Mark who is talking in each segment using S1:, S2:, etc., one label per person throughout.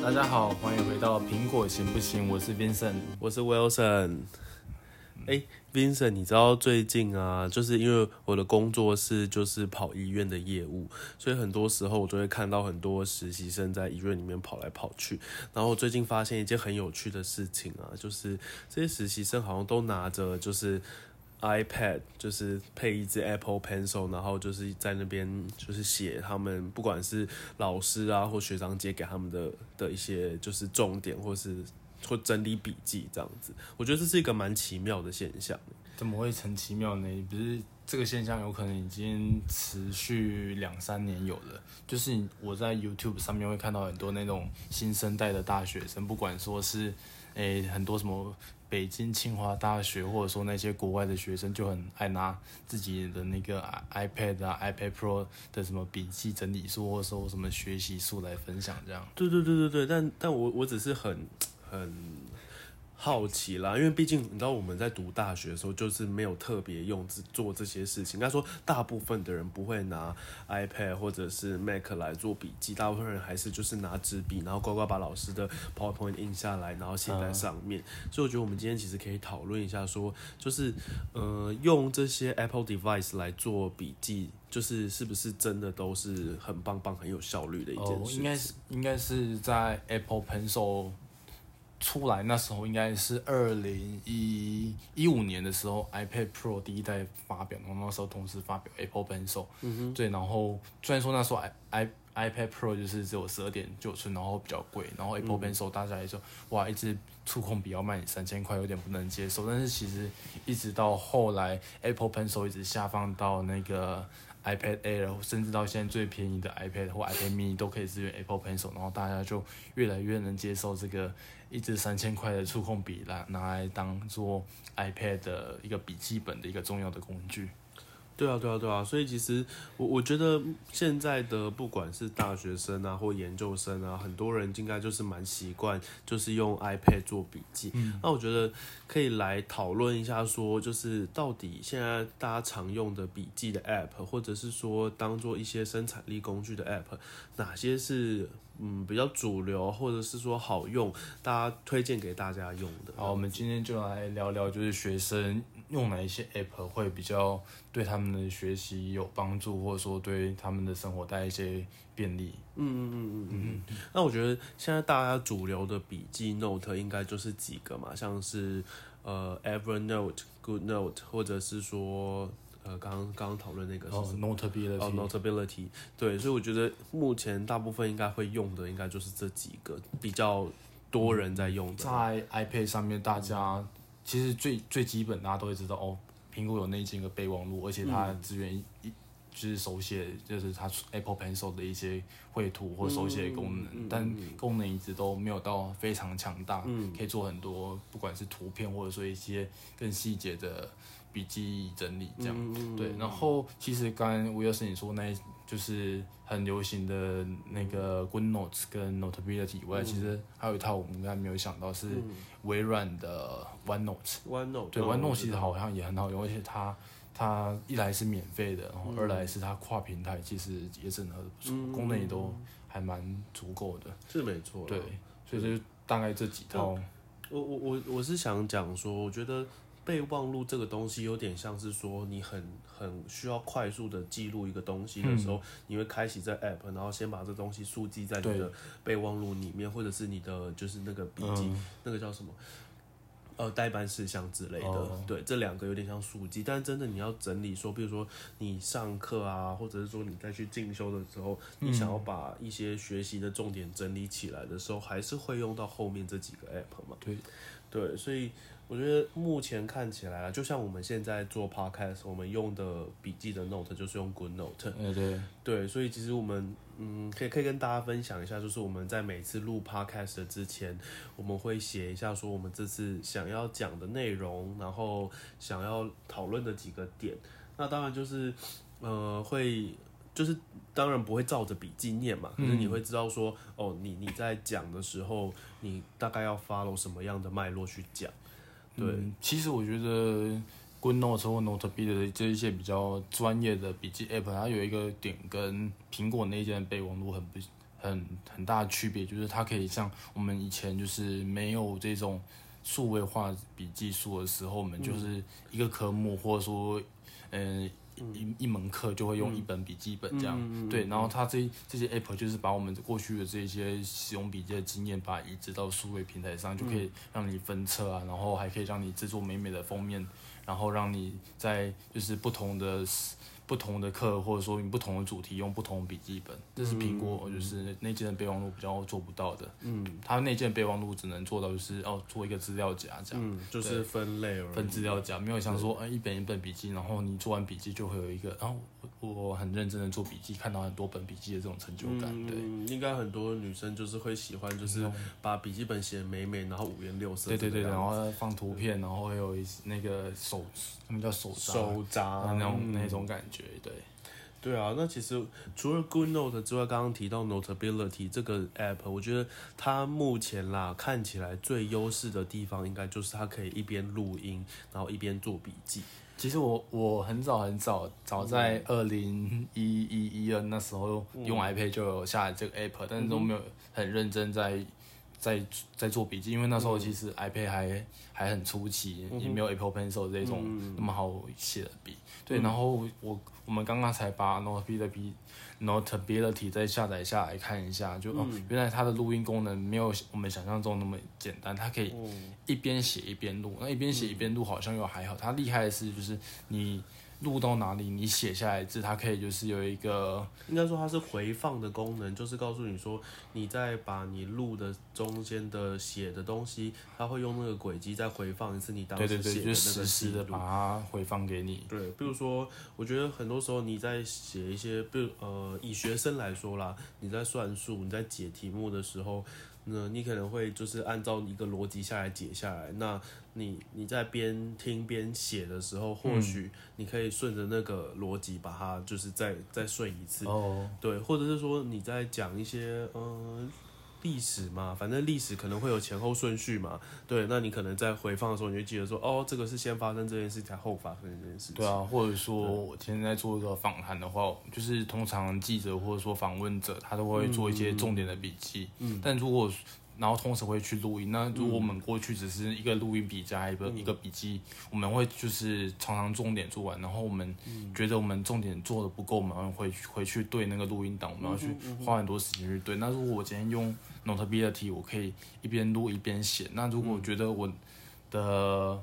S1: 大家好，欢迎回到苹果行不行？我是 Vincent。
S2: 我是 Wilson。哎、v i n c e n t 你知道最近啊，就是因为我的工作是就是跑医院的业务，所以很多时候我都会看到很多实习生在医院里面跑来跑去。然后我最近发现一件很有趣的事情啊，就是这些实习生好像都拿着就是 iPad，就是配一支 Apple Pencil，然后就是在那边就是写他们不管是老师啊或学长姐给他们的的一些就是重点或是或整理笔记这样子。我觉得这是一个蛮奇妙的现象。
S1: 怎么会很奇妙呢？不是这个现象有可能已经持续两三年有了。就是我在 YouTube 上面会看到很多那种新生代的大学生，不管说是诶、很多什么北京清华大学，或者说那些国外的学生，就很爱拿自己的那个 i- iPad 啊、iPad Pro 的什么笔记整理术，或者说什么学习术来分享这样。
S2: 对对对对对，但但我我只是很很好奇啦，因为毕竟你知道我们在读大学的时候，就是没有特别用这做这些事情。应该说，大部分的人不会拿 iPad 或者是 Mac 来做笔记，大部分人还是就是拿纸笔，然后乖乖把老师的 PowerPoint 印下来，然后写
S1: 嗯
S2: 在上面。所以我觉得我们今天其实可以讨论一下说就是呃，用这些 Apple device 来做笔记。就是是不是真的都是很棒棒、很有效率的一件
S1: 哦
S2: 事，情？
S1: 应该是应该是在 Apple Pencil 出来那时候，应该是二零一一五年的时候，iPad Pro 第一代发表，然后那时候同时发表 Apple Pencil，、嗯、对，然后虽然说那时候 i i iPad Pro 就是只有十二点九寸，然后比较贵，然
S2: 嗯
S1: 后 Apple Pencil 大家也说、哇，一支触控笔要卖你三千块，有点不能接受。但是其实一直到后来 Apple Pencil 一直下放到那个 iPad Air，甚至到现在最便宜的 iPad 或 iPad Mini 都可以支援 Apple Pencil，然后大家就越来越能接受这个一支三千块的触控笔啦，拿来当做 iPad 的一个笔记本的一个重要的工具。
S2: 对啊，对啊，对啊，所以其实我我觉得现在的不管是大学生啊或研究生啊，很多人应该就是蛮习惯，就是用 iPad 做笔记。那我觉得可以来讨论一下，说就是到底现在大家常用的笔记的 App，或者是说当做一些生产力工具的 App，哪些是嗯比较主流，或者是说好用，大家推荐给大家用的。
S1: 好，我们今天就来聊聊，就是学生用哪一些 App 会比较对他们的学习有帮助，或者说对他们的生活带一些便利。
S2: 那我觉得现在大家主流的笔记 Note 应该就是几个嘛，像是呃 Evernote、GoodNote，或者是说呃刚刚刚讨论那个是
S1: 然后 Notability，、
S2: 哦 Notability，对，所以我觉得目前大部分应该会用的应该就是这几个比较多人在用的。
S1: 在 iPad 上面，大家其实最最基本，大家都会知道哦，苹果有内建一个备忘录，而且它支援一、一就是手写，就是它 Apple Pencil 的一些绘图或手写功能，但功能一直都没有到非常强大，可以做很多，不管是图片或者说一些更细节的笔记整理这样。
S2: 嗯
S1: 对，然后其实刚刚威尔森你说那一就是很流行的那个 GoodNotes 跟 Notability 以外，其实还有一套我们刚才没有想到是微软的 OneNote。
S2: OneNote
S1: 哦对
S2: 嗯
S1: ，OneNote
S2: 我
S1: 其
S2: 知
S1: 实
S2: 道
S1: 好像也很好用，而且它它一来是免费的，然后二来是它跨平台，其实也整合的不错，功能也都还蛮足够的。
S2: 是没错啦，
S1: 对，哦所以这就大概这几套。
S2: 我我我我是想讲说，我觉得备忘录这个东西有点像是说，你很很需要快速的记录一个东西的时候，你会开启这 app，然后先把这东西速记在你的备忘录里面，或者是你的就是那个笔记，那个叫什么？呃，代办事项之类的，
S1: 哦
S2: 对，这两个有点像速记，但真的你要整理说，比如说你上课啊，或者是说你再去进修的时候，你想要把一些学习的重点整理起来的时候，还是会用到后面这几个 app 嘛？
S1: 对，
S2: 对，所以我觉得目前看起来啊，就像我们现在做 podcast，我们用的笔记的 note 就是用 Good Note。
S1: 呃对，
S2: 对，所以其实我们嗯，可以可以跟大家分享一下，就是我们在每次录 podcast 的之前，我们会写一下说我们这次想要讲的内容，然后想要讨论的几个点。那当然就是呃会。就是当然不会照着笔记念嘛，可是你会知道说，哦，你你在讲的时候，你大概要 follow 什么样的脉络去讲。对
S1: 嗯其实我觉得 GoodNote 或 Notability 这一些比哎较专业的笔记 App，它有一个点跟苹果那一件备忘录很不很很大的区别，就是它可以像我们以前就是没有这种数位化笔技术的时候，我们就是一个科目或者说嗯、一一门课就会用一本笔记本这样，对，然后它这这些 app 就是把我们过去的这些使用笔记的经验，把它移植到数位平台上，就可以让你分册啊，然后还可以让你制作美美的封面，然后让你在就是不同的不同的课或者说你不同的主题用不同的笔记本，这是苹果就是内建的备忘录比较做不到的，嗯，它内建备忘录只能做到就是哦做一个资料夹这样，
S2: 嗯，就是分类而已
S1: 分资料夹，没有想说，哎，一本一本笔记，然后你做完笔记就会有一个，然后我我很认真的做笔记，看到很多本笔记的这种成就感，对，嗯
S2: 嗯，应该很多女生就是会喜欢，就是把笔记本写美美，然后五颜六色
S1: 对
S2: 这个样子。
S1: 对对，然后放图片，然后还有一些那个手，他们叫手札，啊
S2: 手札
S1: 那种
S2: 嗯
S1: 那种感觉，对，
S2: 对啊，那其实除了 Good Note 之外，刚刚提到 Notability 这个 app，我觉得它目前啦看起来最优势的地方，应该就是它可以一边录音，然后一边做笔记。
S1: 其实我我很早很早，早在二零一一一二那时候用 iPad 就有下载这个 app，、但是都没有很认真在在在做笔记，因为那时候其实 iPad 还还很初期，也没有 Apple Pencil 这种那么好写的笔。对，然后我我们刚刚才把 Notability Notability 再下载下来看一下，就、哦、原来它的录音功能没有我们想象中那么简单，它可以一边写一边录，那一边
S2: 嗯
S1: 写一边录好像又还好。它厉害的是就是你录到哪里，你写下来字，它可以就是有一个
S2: 应该说它是回放的功能，就是告诉你说，你在把你录的中间的写的东西，它会用那个轨迹再回放一次你当
S1: 对
S2: 时
S1: 对
S2: 写
S1: 对，
S2: 的
S1: 就
S2: 那
S1: 实
S2: 个记
S1: 时的
S2: 录
S1: 把。它回放给你。
S2: 对，比如说，我觉得很多时候你在写一些，比如呃，以学生来说啦，你在算数、你在解题目的时候，那你可能会就是按照一个逻辑下来解下来。那你你在边听边写的时候，或
S1: 嗯
S2: 许你可以顺着那个逻辑把它就是再再顺一次。
S1: 哦，
S2: 对，或者是说你在讲一些嗯历史嘛，反正历史可能会有前后顺序嘛，对，那你可能在回放的时候，你就记得说，哦，这个是先发生这件事，才后发生这件事情。
S1: 对啊，或者说我今天在做一个访谈的话，就是通常记者或者说访问者，他都会做一些重点的笔记。嗯，但如果然后同时会去录音，那如果我们过去只是一个录音笔加一个、一个笔记，我们会就是常常重点做完，然后我们觉得我们重点做的不够，我们会回去对那个录音档，我们要去花很多时间去对。那如果我今天用 Notability，我可以一边录一边写。那如
S2: 嗯
S1: 果我觉得我的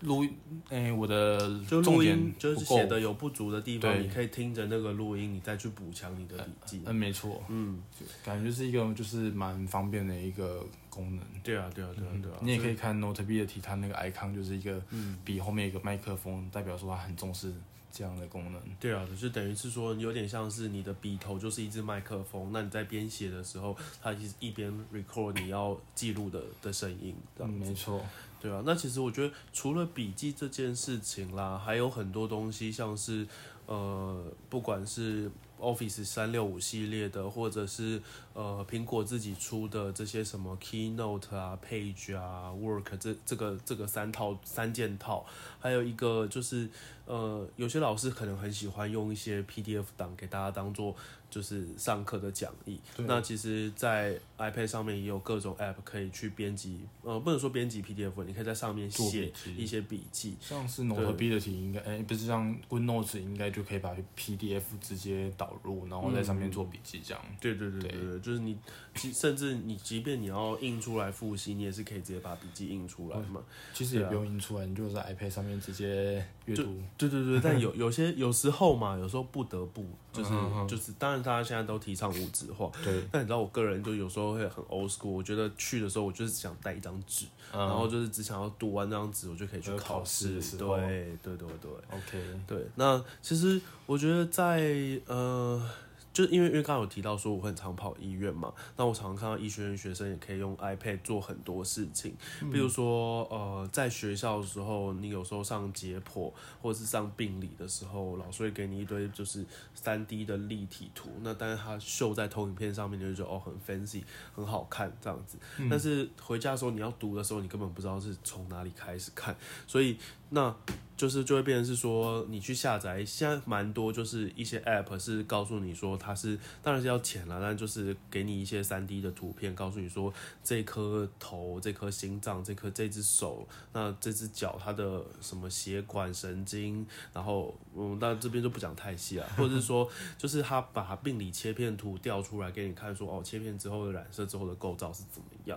S1: 录音，哎、我的
S2: 就
S1: 重
S2: 录
S1: 点
S2: 音就是
S1: 不
S2: 写
S1: 够，
S2: 的有不足的地方，
S1: 对
S2: 你可以听着那个录音，你再去补强你的笔记。
S1: 嗯，没错，
S2: 嗯，
S1: 感觉是一个就是蛮方便的一个功能。
S2: 对啊，对啊，对啊，对嗯啊。
S1: 嗯你也可以看 Notability，它那个 icon 就是一个笔后面有一个麦克风，代表说它很重视这样的功能。
S2: 对啊，就等于是说，有点像是你的笔头就是一支麦克风，那你在编写的时候，它一一边 record 你要记录的的声音，这
S1: 嗯，
S2: 样子。
S1: 没错，
S2: 对啊，那其实我觉得除了笔记这件事情啦，还有很多东西，像是呃，不管是 Office 三六五系列的，或者是呃苹果自己出的这些什么 Keynote 啊、Page 啊、Work 这这个这个三套三件套，还有一个就是呃，有些老师可能很喜欢用一些 PDF 档给大家当做就是上课的讲义。
S1: 对
S2: 那其实，在 iPad 上面也有各种 App 可以去编辑，呃，不能说编辑 PDF，你可以在上面
S1: 做
S2: 写
S1: 笔记
S2: 一些笔记。
S1: 像是 Notability 应该，哎、不是像 Good Notes 应该就可以把 PDF 直接导入，然后在上面做笔记这样。
S2: 对对对对
S1: 对
S2: 对，就是你，即甚至你，即便你要印出来复习，你也是可以直接把笔记印出来嘛。
S1: 其实也
S2: 啊
S1: 不用印出来，你就在 iPad 上面直接阅读。
S2: 对对对，但有有些有时候嘛，有时候不得不就是
S1: 嗯哼哼
S2: 就是，当然大家现在都提倡物质化，
S1: 对，
S2: 但你知道我个人就有时候会很 old school，我觉得去的时候我就是只想带一张纸，
S1: 嗯
S2: 然后就是只想要读完那张纸，我就可以去
S1: 就是呃考试
S2: 试
S1: 的。时候
S2: 对对对对
S1: OK，
S2: 对，那其实我觉得在呃。就因为因为刚刚有提到说我很常跑医院嘛，那我常常看到医学院学生也可以用 iPad 做很多事情，比如说呃，在学校的时候，你有时候上解剖或者是上病理的时候，老师会给你一堆就是三 D 的立体图，那但是它秀在投影片上面，你就觉得哦很 fancy，很好看这样子。但是回家的时候你要读的时候，你根本不知道是从哪里开始看，所以那就是就会变成是说，你去下载，现在蛮多就是一些 App 是告诉你说它是，当然是要钱了，但就是给你一些三 D 的图片，告诉你说这颗头、这颗心脏、这颗这只手、那这只脚它的什么血管、神经，然后嗯，但这边就不讲太细啊，或者是说，就是它把它病理切片图调出来给你看说哦，切片之后的染色之后的构造是怎么样，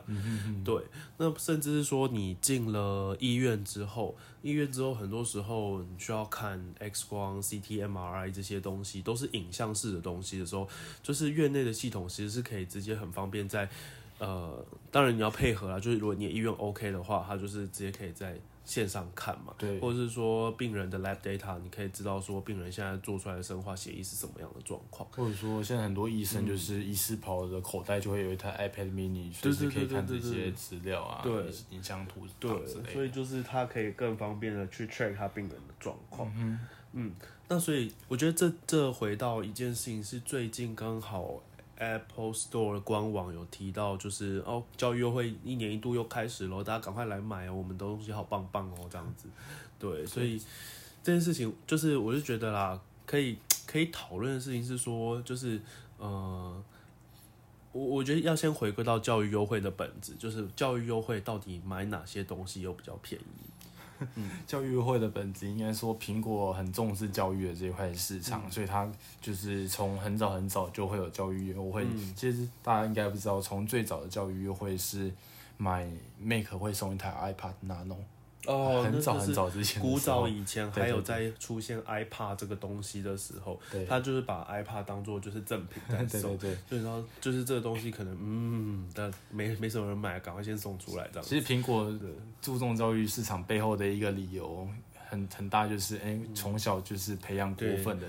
S2: 对，那甚至是说你进了医院之后，医院之后很多时候你需要看 X 光、CT、MRI 这些东西，都是影像式的东西的时候，就是院内的系统其实是可以直接很方便在，呃，当然你要配合啦，就是如果你的医院 OK 的话，它就是直接可以在线上看嘛，
S1: 对
S2: 或者是说病人的 lab data，你可以知道说病人现在做出来的生化协议是什么样的状况。
S1: 或者说现在很多医生就是医师袍的口袋就会有一台 iPad mini，随
S2: 嗯对
S1: 时
S2: 对
S1: 可以
S2: 对对
S1: 看这
S2: 对
S1: 些
S2: 对
S1: 资料啊，
S2: 对
S1: 影影像图
S2: 对
S1: 档之，类
S2: 所
S1: 的。
S2: 以就是他可以更方便的去 check 他病人的状况。嗯那所以我觉得这这回到一件事情是最近刚好 Apple Store 的官网有提到，就是哦，教育优惠一年一度又开始了，大家赶快来买哦，我们的东西好棒棒哦，这样子。对，所以这件事情就是我就觉得啦，可以可以讨论的事情是说，就是呃。我我觉得要先回归到教育优惠的本质，就是教育优惠到底买哪些东西又比较便宜？
S1: 教育会的本质应该说，苹果很重视教育的这一块市场，
S2: 嗯
S1: 所以它就是从很早很早就会有教育优惠。
S2: 嗯
S1: 其实大家应该不知道，从最早的教育优惠是买 Mac 会送一台 iPad Nano，、很
S2: 哦啊
S1: 早很早之前的
S2: 古
S1: 时候
S2: 早以前还有在出现 iPad 这个东西的时候，
S1: 对
S2: 他就是把 iPad 当做就是赠品 在
S1: 对对
S2: 售，
S1: 对。
S2: 就你知道，就是这个东西可能嗯，但没没什么人买，赶快先送出来这样。
S1: 其实苹果注重教育市场背后的一个理由。很很大就是，哎、从小就是培养果粉的，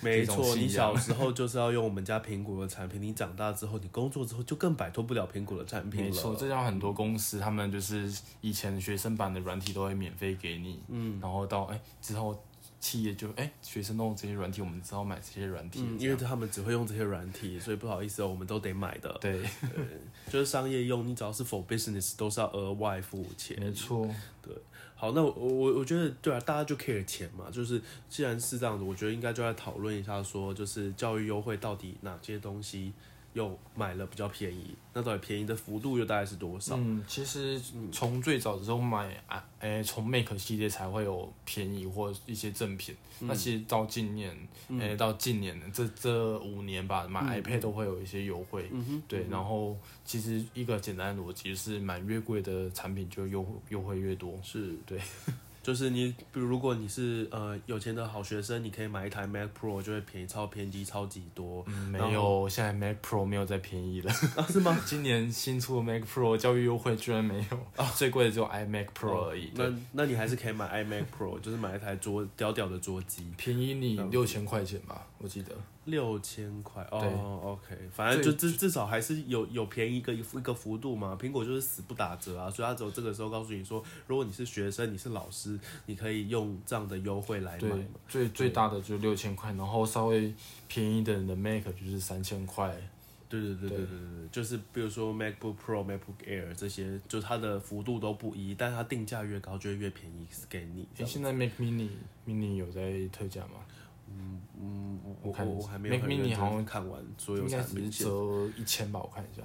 S2: 没
S1: 这种
S2: 错，
S1: 信仰
S2: 你小时候就是要用我们家苹果的产品，你长大之后，你工作之后就更摆脱不了苹果的产品
S1: 没
S2: 了。
S1: 错，这叫很多公司，他们就是以前学生版的软体都会免费给你，嗯，然后到哎、之后企业就哎、学生都用这些软体，我们只好买这些软体，
S2: 嗯，因为他们只会用这些软体，所以不好意思哦，我们都得买的。
S1: 对，
S2: 就是商业用，你只要是 for business 都是要额外付钱。
S1: 没错，
S2: 好，那我我我觉得对啊，大家就 care 钱嘛，就是既然是这样子，我觉得应该就来讨论一下说，就是教育优惠到底哪些东西又买了比较便宜，那到底便宜的幅度又大概是多少？
S1: 嗯，其实从最早的时候买啊，哎、从 Make 系列才会有便宜或一些赠品。那其实到今年，哎、到近年这这五年吧，买 iPad 都会有一些优惠。对，然后其实一个简单的逻辑就是，买越贵的产品就优优惠越多。
S2: 是
S1: 对，
S2: 就是你，比如如果你是呃有钱的好学生，你可以买一台 Mac Pro，就会便宜超便宜超级多。
S1: 嗯，没
S2: 然后
S1: 有，现在 Mac Pro 没有再便宜了，是吗？今年新出的 Mac Pro 教育优惠居然没有，最贵的只有 iMac Pro 而已。对
S2: 那那你还是可以买 iMac Pro，就是买一台桌屌屌的桌机。
S1: 便宜你六千块钱吧，我记得。
S2: 六千块哦，OK，反正就至至少还是有有便宜一个一个幅度嘛。苹果就是死不打折啊，所以它只有这个时候告诉你说，如果你是学生，你是老师，你可以用这样的优惠来买
S1: 对
S2: 嘛。，
S1: 最最大的就六千块，然后稍微便宜的人的 Mac 就是三千块。
S2: 对对对对对对对，就是比如说 MacBook Pro、MacBook Air 这些，就是它的幅度都不一，但它定价越高就会越便宜给你。
S1: 诶，现在 Mac Mini Mini 有在特价吗？
S2: 嗯，我
S1: 我看
S2: 我我还没有
S1: Mac
S2: 很认
S1: Mini
S2: 真
S1: 好像
S2: 看完所有
S1: 应该
S2: 产
S1: 只
S2: 品
S1: 是
S2: 线。
S1: 折一千吧，我看一下。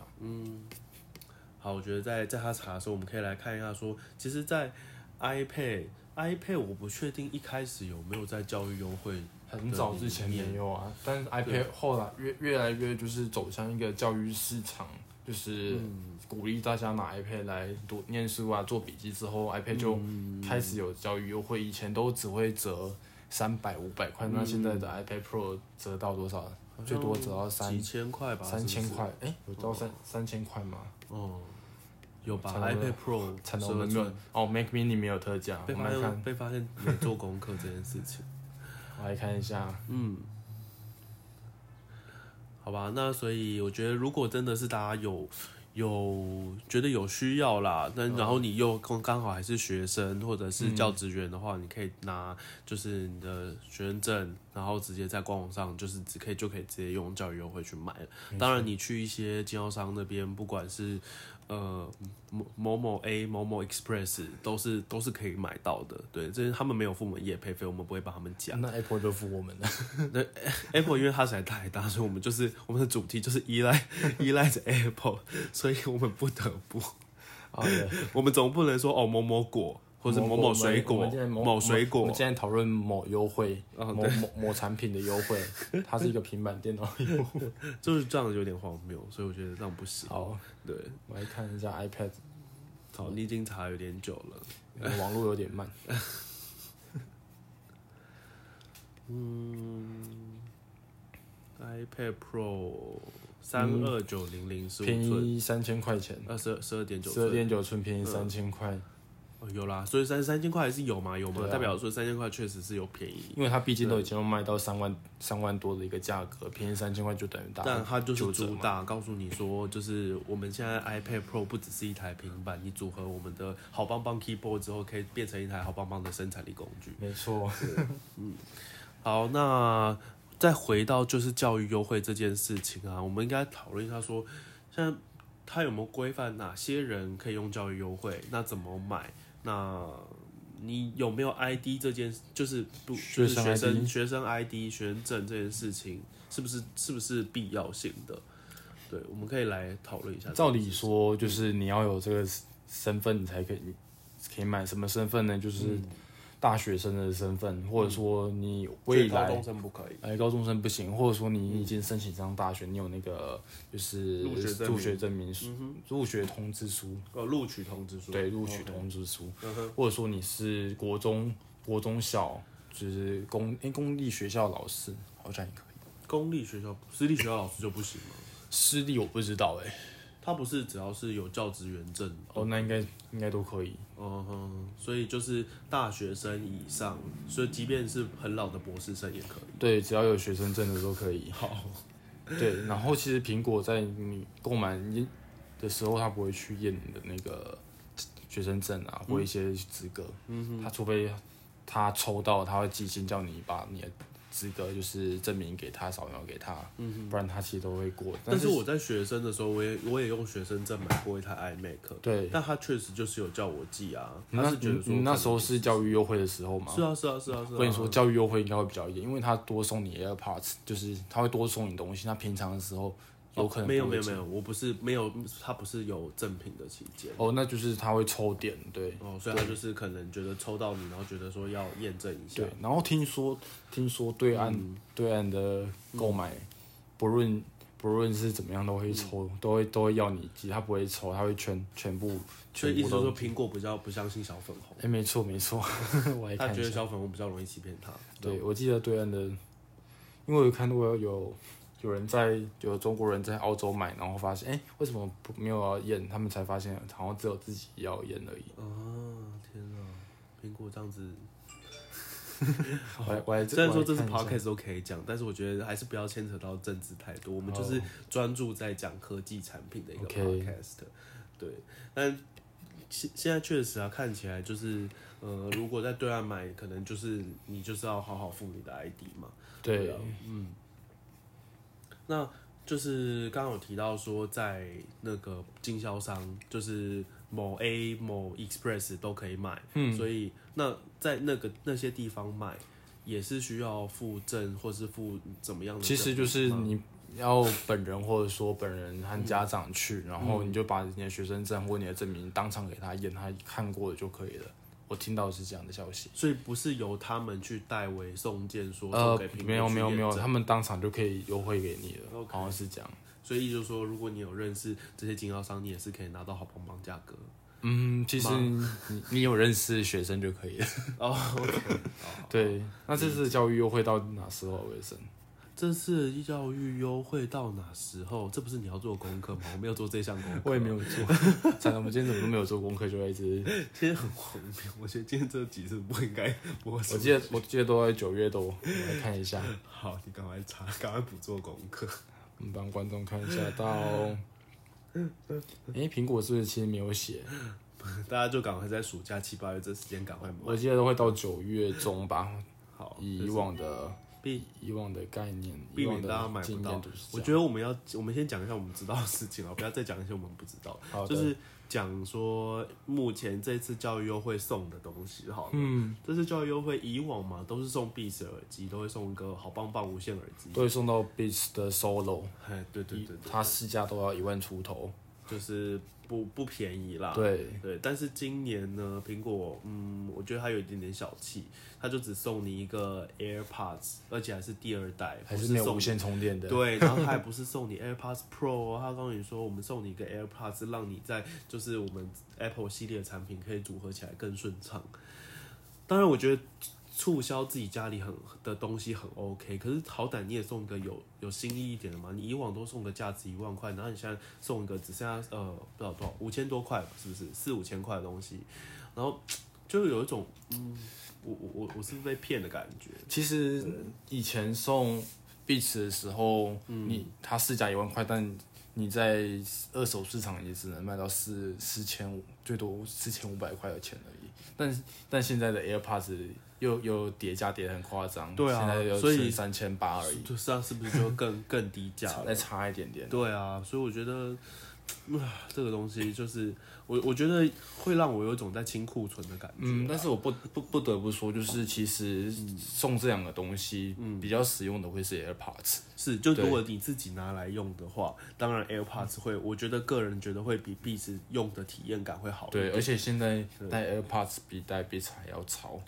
S2: 好，我觉得在在他查的时候，我们可以来看一下说，其实，在 iPad iPad 我不确定一开始有没有在教育优惠，
S1: 很早之前没有啊，但是 iPad 后来越越来越就是走向一个教育市场，就是
S2: 嗯
S1: 鼓励大家拿 iPad 来读念书啊、做笔记之后，iPad 就
S2: 嗯
S1: 开始有教育优惠。以前都只会折三百、五百块，那现在的
S2: 嗯
S1: iPad Pro 折到多少？最多折到三
S2: 几千块吧，
S1: 三千
S2: 是不是，
S1: 块，哎、有到三、三千块吗？
S2: 哦，有吧
S1: 才能
S2: ？iPad Pro
S1: 才
S2: 12
S1: 能没有
S2: 寸
S1: 哦，Mac Mini 没有特价，我
S2: 被
S1: 们
S2: 发
S1: 来
S2: 现
S1: 看，
S2: 被发现没做功课这件事情。
S1: 我来看一下，
S2: 嗯，好吧，那所以我觉得，如果真的是大家有有觉得有需要啦，那然后你又刚刚好还是学生或者是教职员的话，你可以拿就是你的学生证，然后直接在官网上就是只可以就可以直接用教育优惠去买了。当然，你去一些经销商那边，不管是呃某某某 A 某某 Express 都是都是可以买到的，对，这是他们没有付我们业配费，我们不会帮他们讲。
S1: 那 Apple 就付我们的，
S2: Apple 因为它实在太大，所以我们就是我们的主题就是依赖 依赖着 Apple，所以我们不得不，
S1: 好 的，
S2: 我们总不能说哦某某果或者某某水
S1: 我
S2: 果
S1: 们现在某
S2: 某水
S1: 我
S2: 果
S1: 们，现在讨论某优惠，
S2: 哦
S1: 某某某产品的优 惠，它是一个平板电脑优惠。
S2: 就是这样有点荒谬，所以我觉得这样不行。
S1: 好，
S2: 对，
S1: 我来看一下 iPad，
S2: 好，你已经查有点久了。
S1: 网络有点慢。
S2: 嗯 iPad Pro 三二九零零十
S1: 嗯
S2: 五
S1: 便
S2: 寸，
S1: 宜三千块钱，
S2: 二十十二点九
S1: 十二
S2: 寸，
S1: 点九寸嗯便宜三千块，
S2: 哦有啦，所以三三千块还是有嘛有嘛，
S1: 对啊
S2: 代表说三千块确实是有便宜，
S1: 因为它毕竟都已经要卖到三万三万多的一个价格，便宜三千块就等于打
S2: 但它就是
S1: 九折
S2: 主
S1: 嘛。
S2: 打告诉你说，就是我们现在 iPad Pro 不只是一台平板，你组合我们的好棒棒 Keyboard 之后，可以变成一台好棒棒的生产力工具。
S1: 没错，
S2: 好，那再回到就是教育优惠这件事情啊，我们应该讨论一下说，现在它有没有规范哪些人可以用教育优惠？那怎么买？那你有没有 ID 这件，就是不就
S1: 学
S2: 是
S1: 生
S2: 学生
S1: ID
S2: 学生 ID 学生证这件事情，是不是是不是必要性的？对，我们可以来讨论一下。
S1: 照理，说就是你要有这个身份，你才可以可以买什么身份呢？
S2: 嗯
S1: 就是大学生的身份，或者说你未
S2: 高
S1: 来
S2: 中生不可以。
S1: 哎，高中生不行，或者说你已经申请上大学，你有那个就是
S2: 入学证明嗯
S1: 入学证明书、入学通知书，
S2: 呃，录取通知书。
S1: 对，录取
S2: 哦。
S1: 通知书，
S2: 嗯哼
S1: 或者说你是国中、国中小，就是公哎、公立学校老师，好像也可以。
S2: 公立学校、私立学校老师就不行吗？
S1: 私立我不知道哎、
S2: 他不是只要是有教职员证，
S1: 哦，那应该应该都可以。
S2: 嗯哼，所以就是大学生以上，所以即便是很老的博士生也可以。
S1: 对，只要有学生证的都可以。
S2: 好，
S1: 对，然后其实苹果在你购买你的时候，它不会去验你的那个学生证啊，或一些资格。嗯他除非他抽到，他会寄信叫你把你的资格就是证明给他，扫描给他。嗯不然他其实都会过。
S2: 但
S1: 是
S2: 是我在学生的时候，我也我也用学生证买过一台 iMac，
S1: 对，
S2: 但他确实就是有叫我寄啊，
S1: 嗯你
S2: 他
S1: 那
S2: 是觉得说
S1: 你你那
S2: 可能
S1: 时候是教育优惠的时候吗？
S2: 是啊是啊是啊是啊，
S1: 我跟你说，教育优惠应该会比较一点，因为他多送你 AirPods，就是他会多送你东西。那平常的时候有可能
S2: 哦没有
S1: 不会
S2: 没有
S1: 寄
S2: 没有，我不是没有，他不是有赠品的期间。
S1: 哦，那就是他会抽点，对。
S2: 哦，所以他就是可能觉得抽到你，然后觉得说要验证一下
S1: 对，，然后听说听说对岸、
S2: 嗯
S1: 对岸的购买，不论不论是怎么样都会抽，
S2: 嗯
S1: 都会都会要你寄，他不会抽，他会全全部
S2: 所
S1: 全
S2: 以意
S1: 部
S2: 思是
S1: 都。
S2: 说苹果比较不相信小粉红，
S1: 哎、没错没错， 我还
S2: 他
S1: 看
S2: 觉
S1: 一
S2: 得
S1: 下。
S2: 小嗯粉红比较容易欺骗他。
S1: 对，我记得对岸的，因为我有看到有有人在有中国人在澳洲买，然后发现哎、为什么不没有要验？他们才发现好像只有自己要验而已。
S2: 啊，天啊！苹果这样子，
S1: 我还我还
S2: 虽然说这是
S1: 我还看一下
S2: podcast 都可以讲，但是我觉得还是不要牵扯到政治太多，我们就是专注在讲科技产品的一个
S1: OK
S2: podcast。对，但现现在确实啊，看起来就是，呃，如果在对岸买，可能就是你就是要好好付你的 ID 嘛。
S1: 对
S2: 啊，嗯，那就是刚刚有提到说，在那个经销商，就是某 A、某 Express 都可以买，嗯，所以那在那个那些地方买，也是需要附赠或是附怎么样的
S1: 其
S2: 证
S1: 实
S2: 明吗？
S1: 就是
S2: 嗯
S1: 你要本人或者说本人和家长去，然后
S2: 嗯
S1: 你就把你的学生证或你的证明当场给他验，他看过的就可以了。我听到的是这样的消息。
S2: 所以不是由他们去代为送件说送
S1: 呃
S2: 给苹果，
S1: 没有
S2: 去
S1: 没有
S2: 验
S1: 没有，
S2: 证
S1: 他们当场就可以优惠给你了，
S2: OK
S1: 好像是这样。
S2: 所以意思就是说，如果你有认识这些经销商，你也是可以拿到好棒棒价格。
S1: 嗯，其实你你有认识学生就可以了。
S2: 哦、
S1: 对，那这次教育优惠到哪时候啊为止？
S2: 这次教育优惠到哪时候？这不是你要做功课吗？我没有做这项功课，
S1: 我也没有做， 惨了，我们今天怎么都没有做功课，就在一直。
S2: 今天很荒谬。我觉得今天这集是不应该播出。
S1: 我记得我记得都在九月多，我来看一下，
S2: 好，你赶快查，赶快不做功课。
S1: 我们帮观众看一下到，
S2: 嗯
S1: 哎、苹果是不是其实没有写？
S2: 大家就赶快在暑假七八月这时间赶快买。
S1: 我记得都会到九月中吧，
S2: 好，
S1: 以以往的
S2: 避
S1: 以往的概念，
S2: 避
S1: 以
S2: 免
S1: 往
S2: 大家买
S1: 的
S2: 不
S1: 经
S2: 到
S1: 验都是。这
S2: 我
S1: 样
S2: 觉得我们要，我们先讲一下我们知道的事情了，不要再讲一些我们不知道。
S1: 好的
S2: 就是讲说目前这次教育优惠送的东西好了。
S1: 嗯，
S2: 这次教育优惠以往嘛都是送 Beats 耳机，都会送一个好棒棒无线耳机。
S1: 都会送到 Beats 的 Solo，
S2: 哎，对对对对，
S1: 它市价都要一万出头。
S2: 就是不不便宜啦。
S1: 对，
S2: 对，但是今年呢，苹果，嗯，我觉得它有一点点小气，它就只送你一个 AirPods，而且还是第二代，
S1: 还
S2: 不
S1: 是没有
S2: 送
S1: 无线充电的。
S2: 对，然后他还不是送你 AirPods Pro，哦他告诉你说我们送你一个 AirPods，让你在就是我们 Apple 系列的产品可以组合起来更顺畅。当然，我觉得促销自己家里很的东西很 OK，可是好歹你也送个有有新意一点的嘛。你以往都送个价值一万块，然后你现在送一个只剩下呃不知道多少五千多块吧，是不是四五千块的东西？然后就有一种嗯，我我我我是不是被骗的感觉？
S1: 其实以前送 Beats 的时候，
S2: 嗯
S1: 你它市价一万块，但你在二手市场也只能卖到四四千五，最多四千五百块的钱而已。但但现在的 AirPods 又又叠加叠得很夸张，
S2: 对啊
S1: 现在又
S2: 所以
S1: 三千八而已，
S2: 就是啊，是不是就更 更低价了？
S1: 再差一点点。
S2: 对啊，所以我觉得，啊，这个东西就是我我觉得会让我有一种在清库存的感觉。
S1: 嗯，但是我不不不得不说，就是其实送这两个东西，
S2: 嗯
S1: 比较实用的会是 AirPods。
S2: 是，就
S1: 对
S2: 如果你自己拿来用的话，当然 AirPods 会，我觉得个人觉得会比 Beats 用的体验感会好一点。
S1: 对，而且现在戴 AirPods 比戴 Beats 还要潮。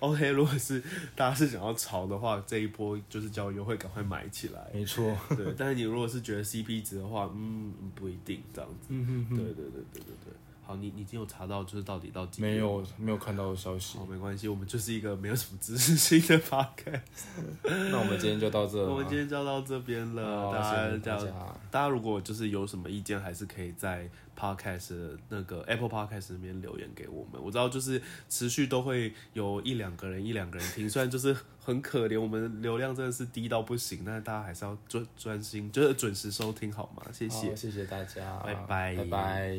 S2: OK，如果是大家是想要潮的话，这一波就是叫优惠赶快买起来。
S1: 没错。
S2: 对，但是你如果是觉得 CP 值的话，嗯，不一定这样子。嗯对对对对对对。好，你你已经有查到就是到底到几
S1: 没
S2: 月
S1: 有没有看到消息
S2: 好，。没关系，我们就是一个没有什么知识性的 p o d
S1: 那我们今天就到这了吗。
S2: 我们今天就到这边了，
S1: 好
S2: 大
S1: 谢
S2: 家
S1: 谢大
S2: 这
S1: 家
S2: 样，大家如果就是有什么意见，还是可以在 podcast 的那个 Apple podcast 那边留言给我们。我知道就是持续都会有一两个人一两个人听，虽然就是很可怜，我们流量真的是低到不行，但是大家还是要专专心，就是准时收听好吗？谢谢
S1: 好。谢谢大家，
S2: 拜拜
S1: 拜拜。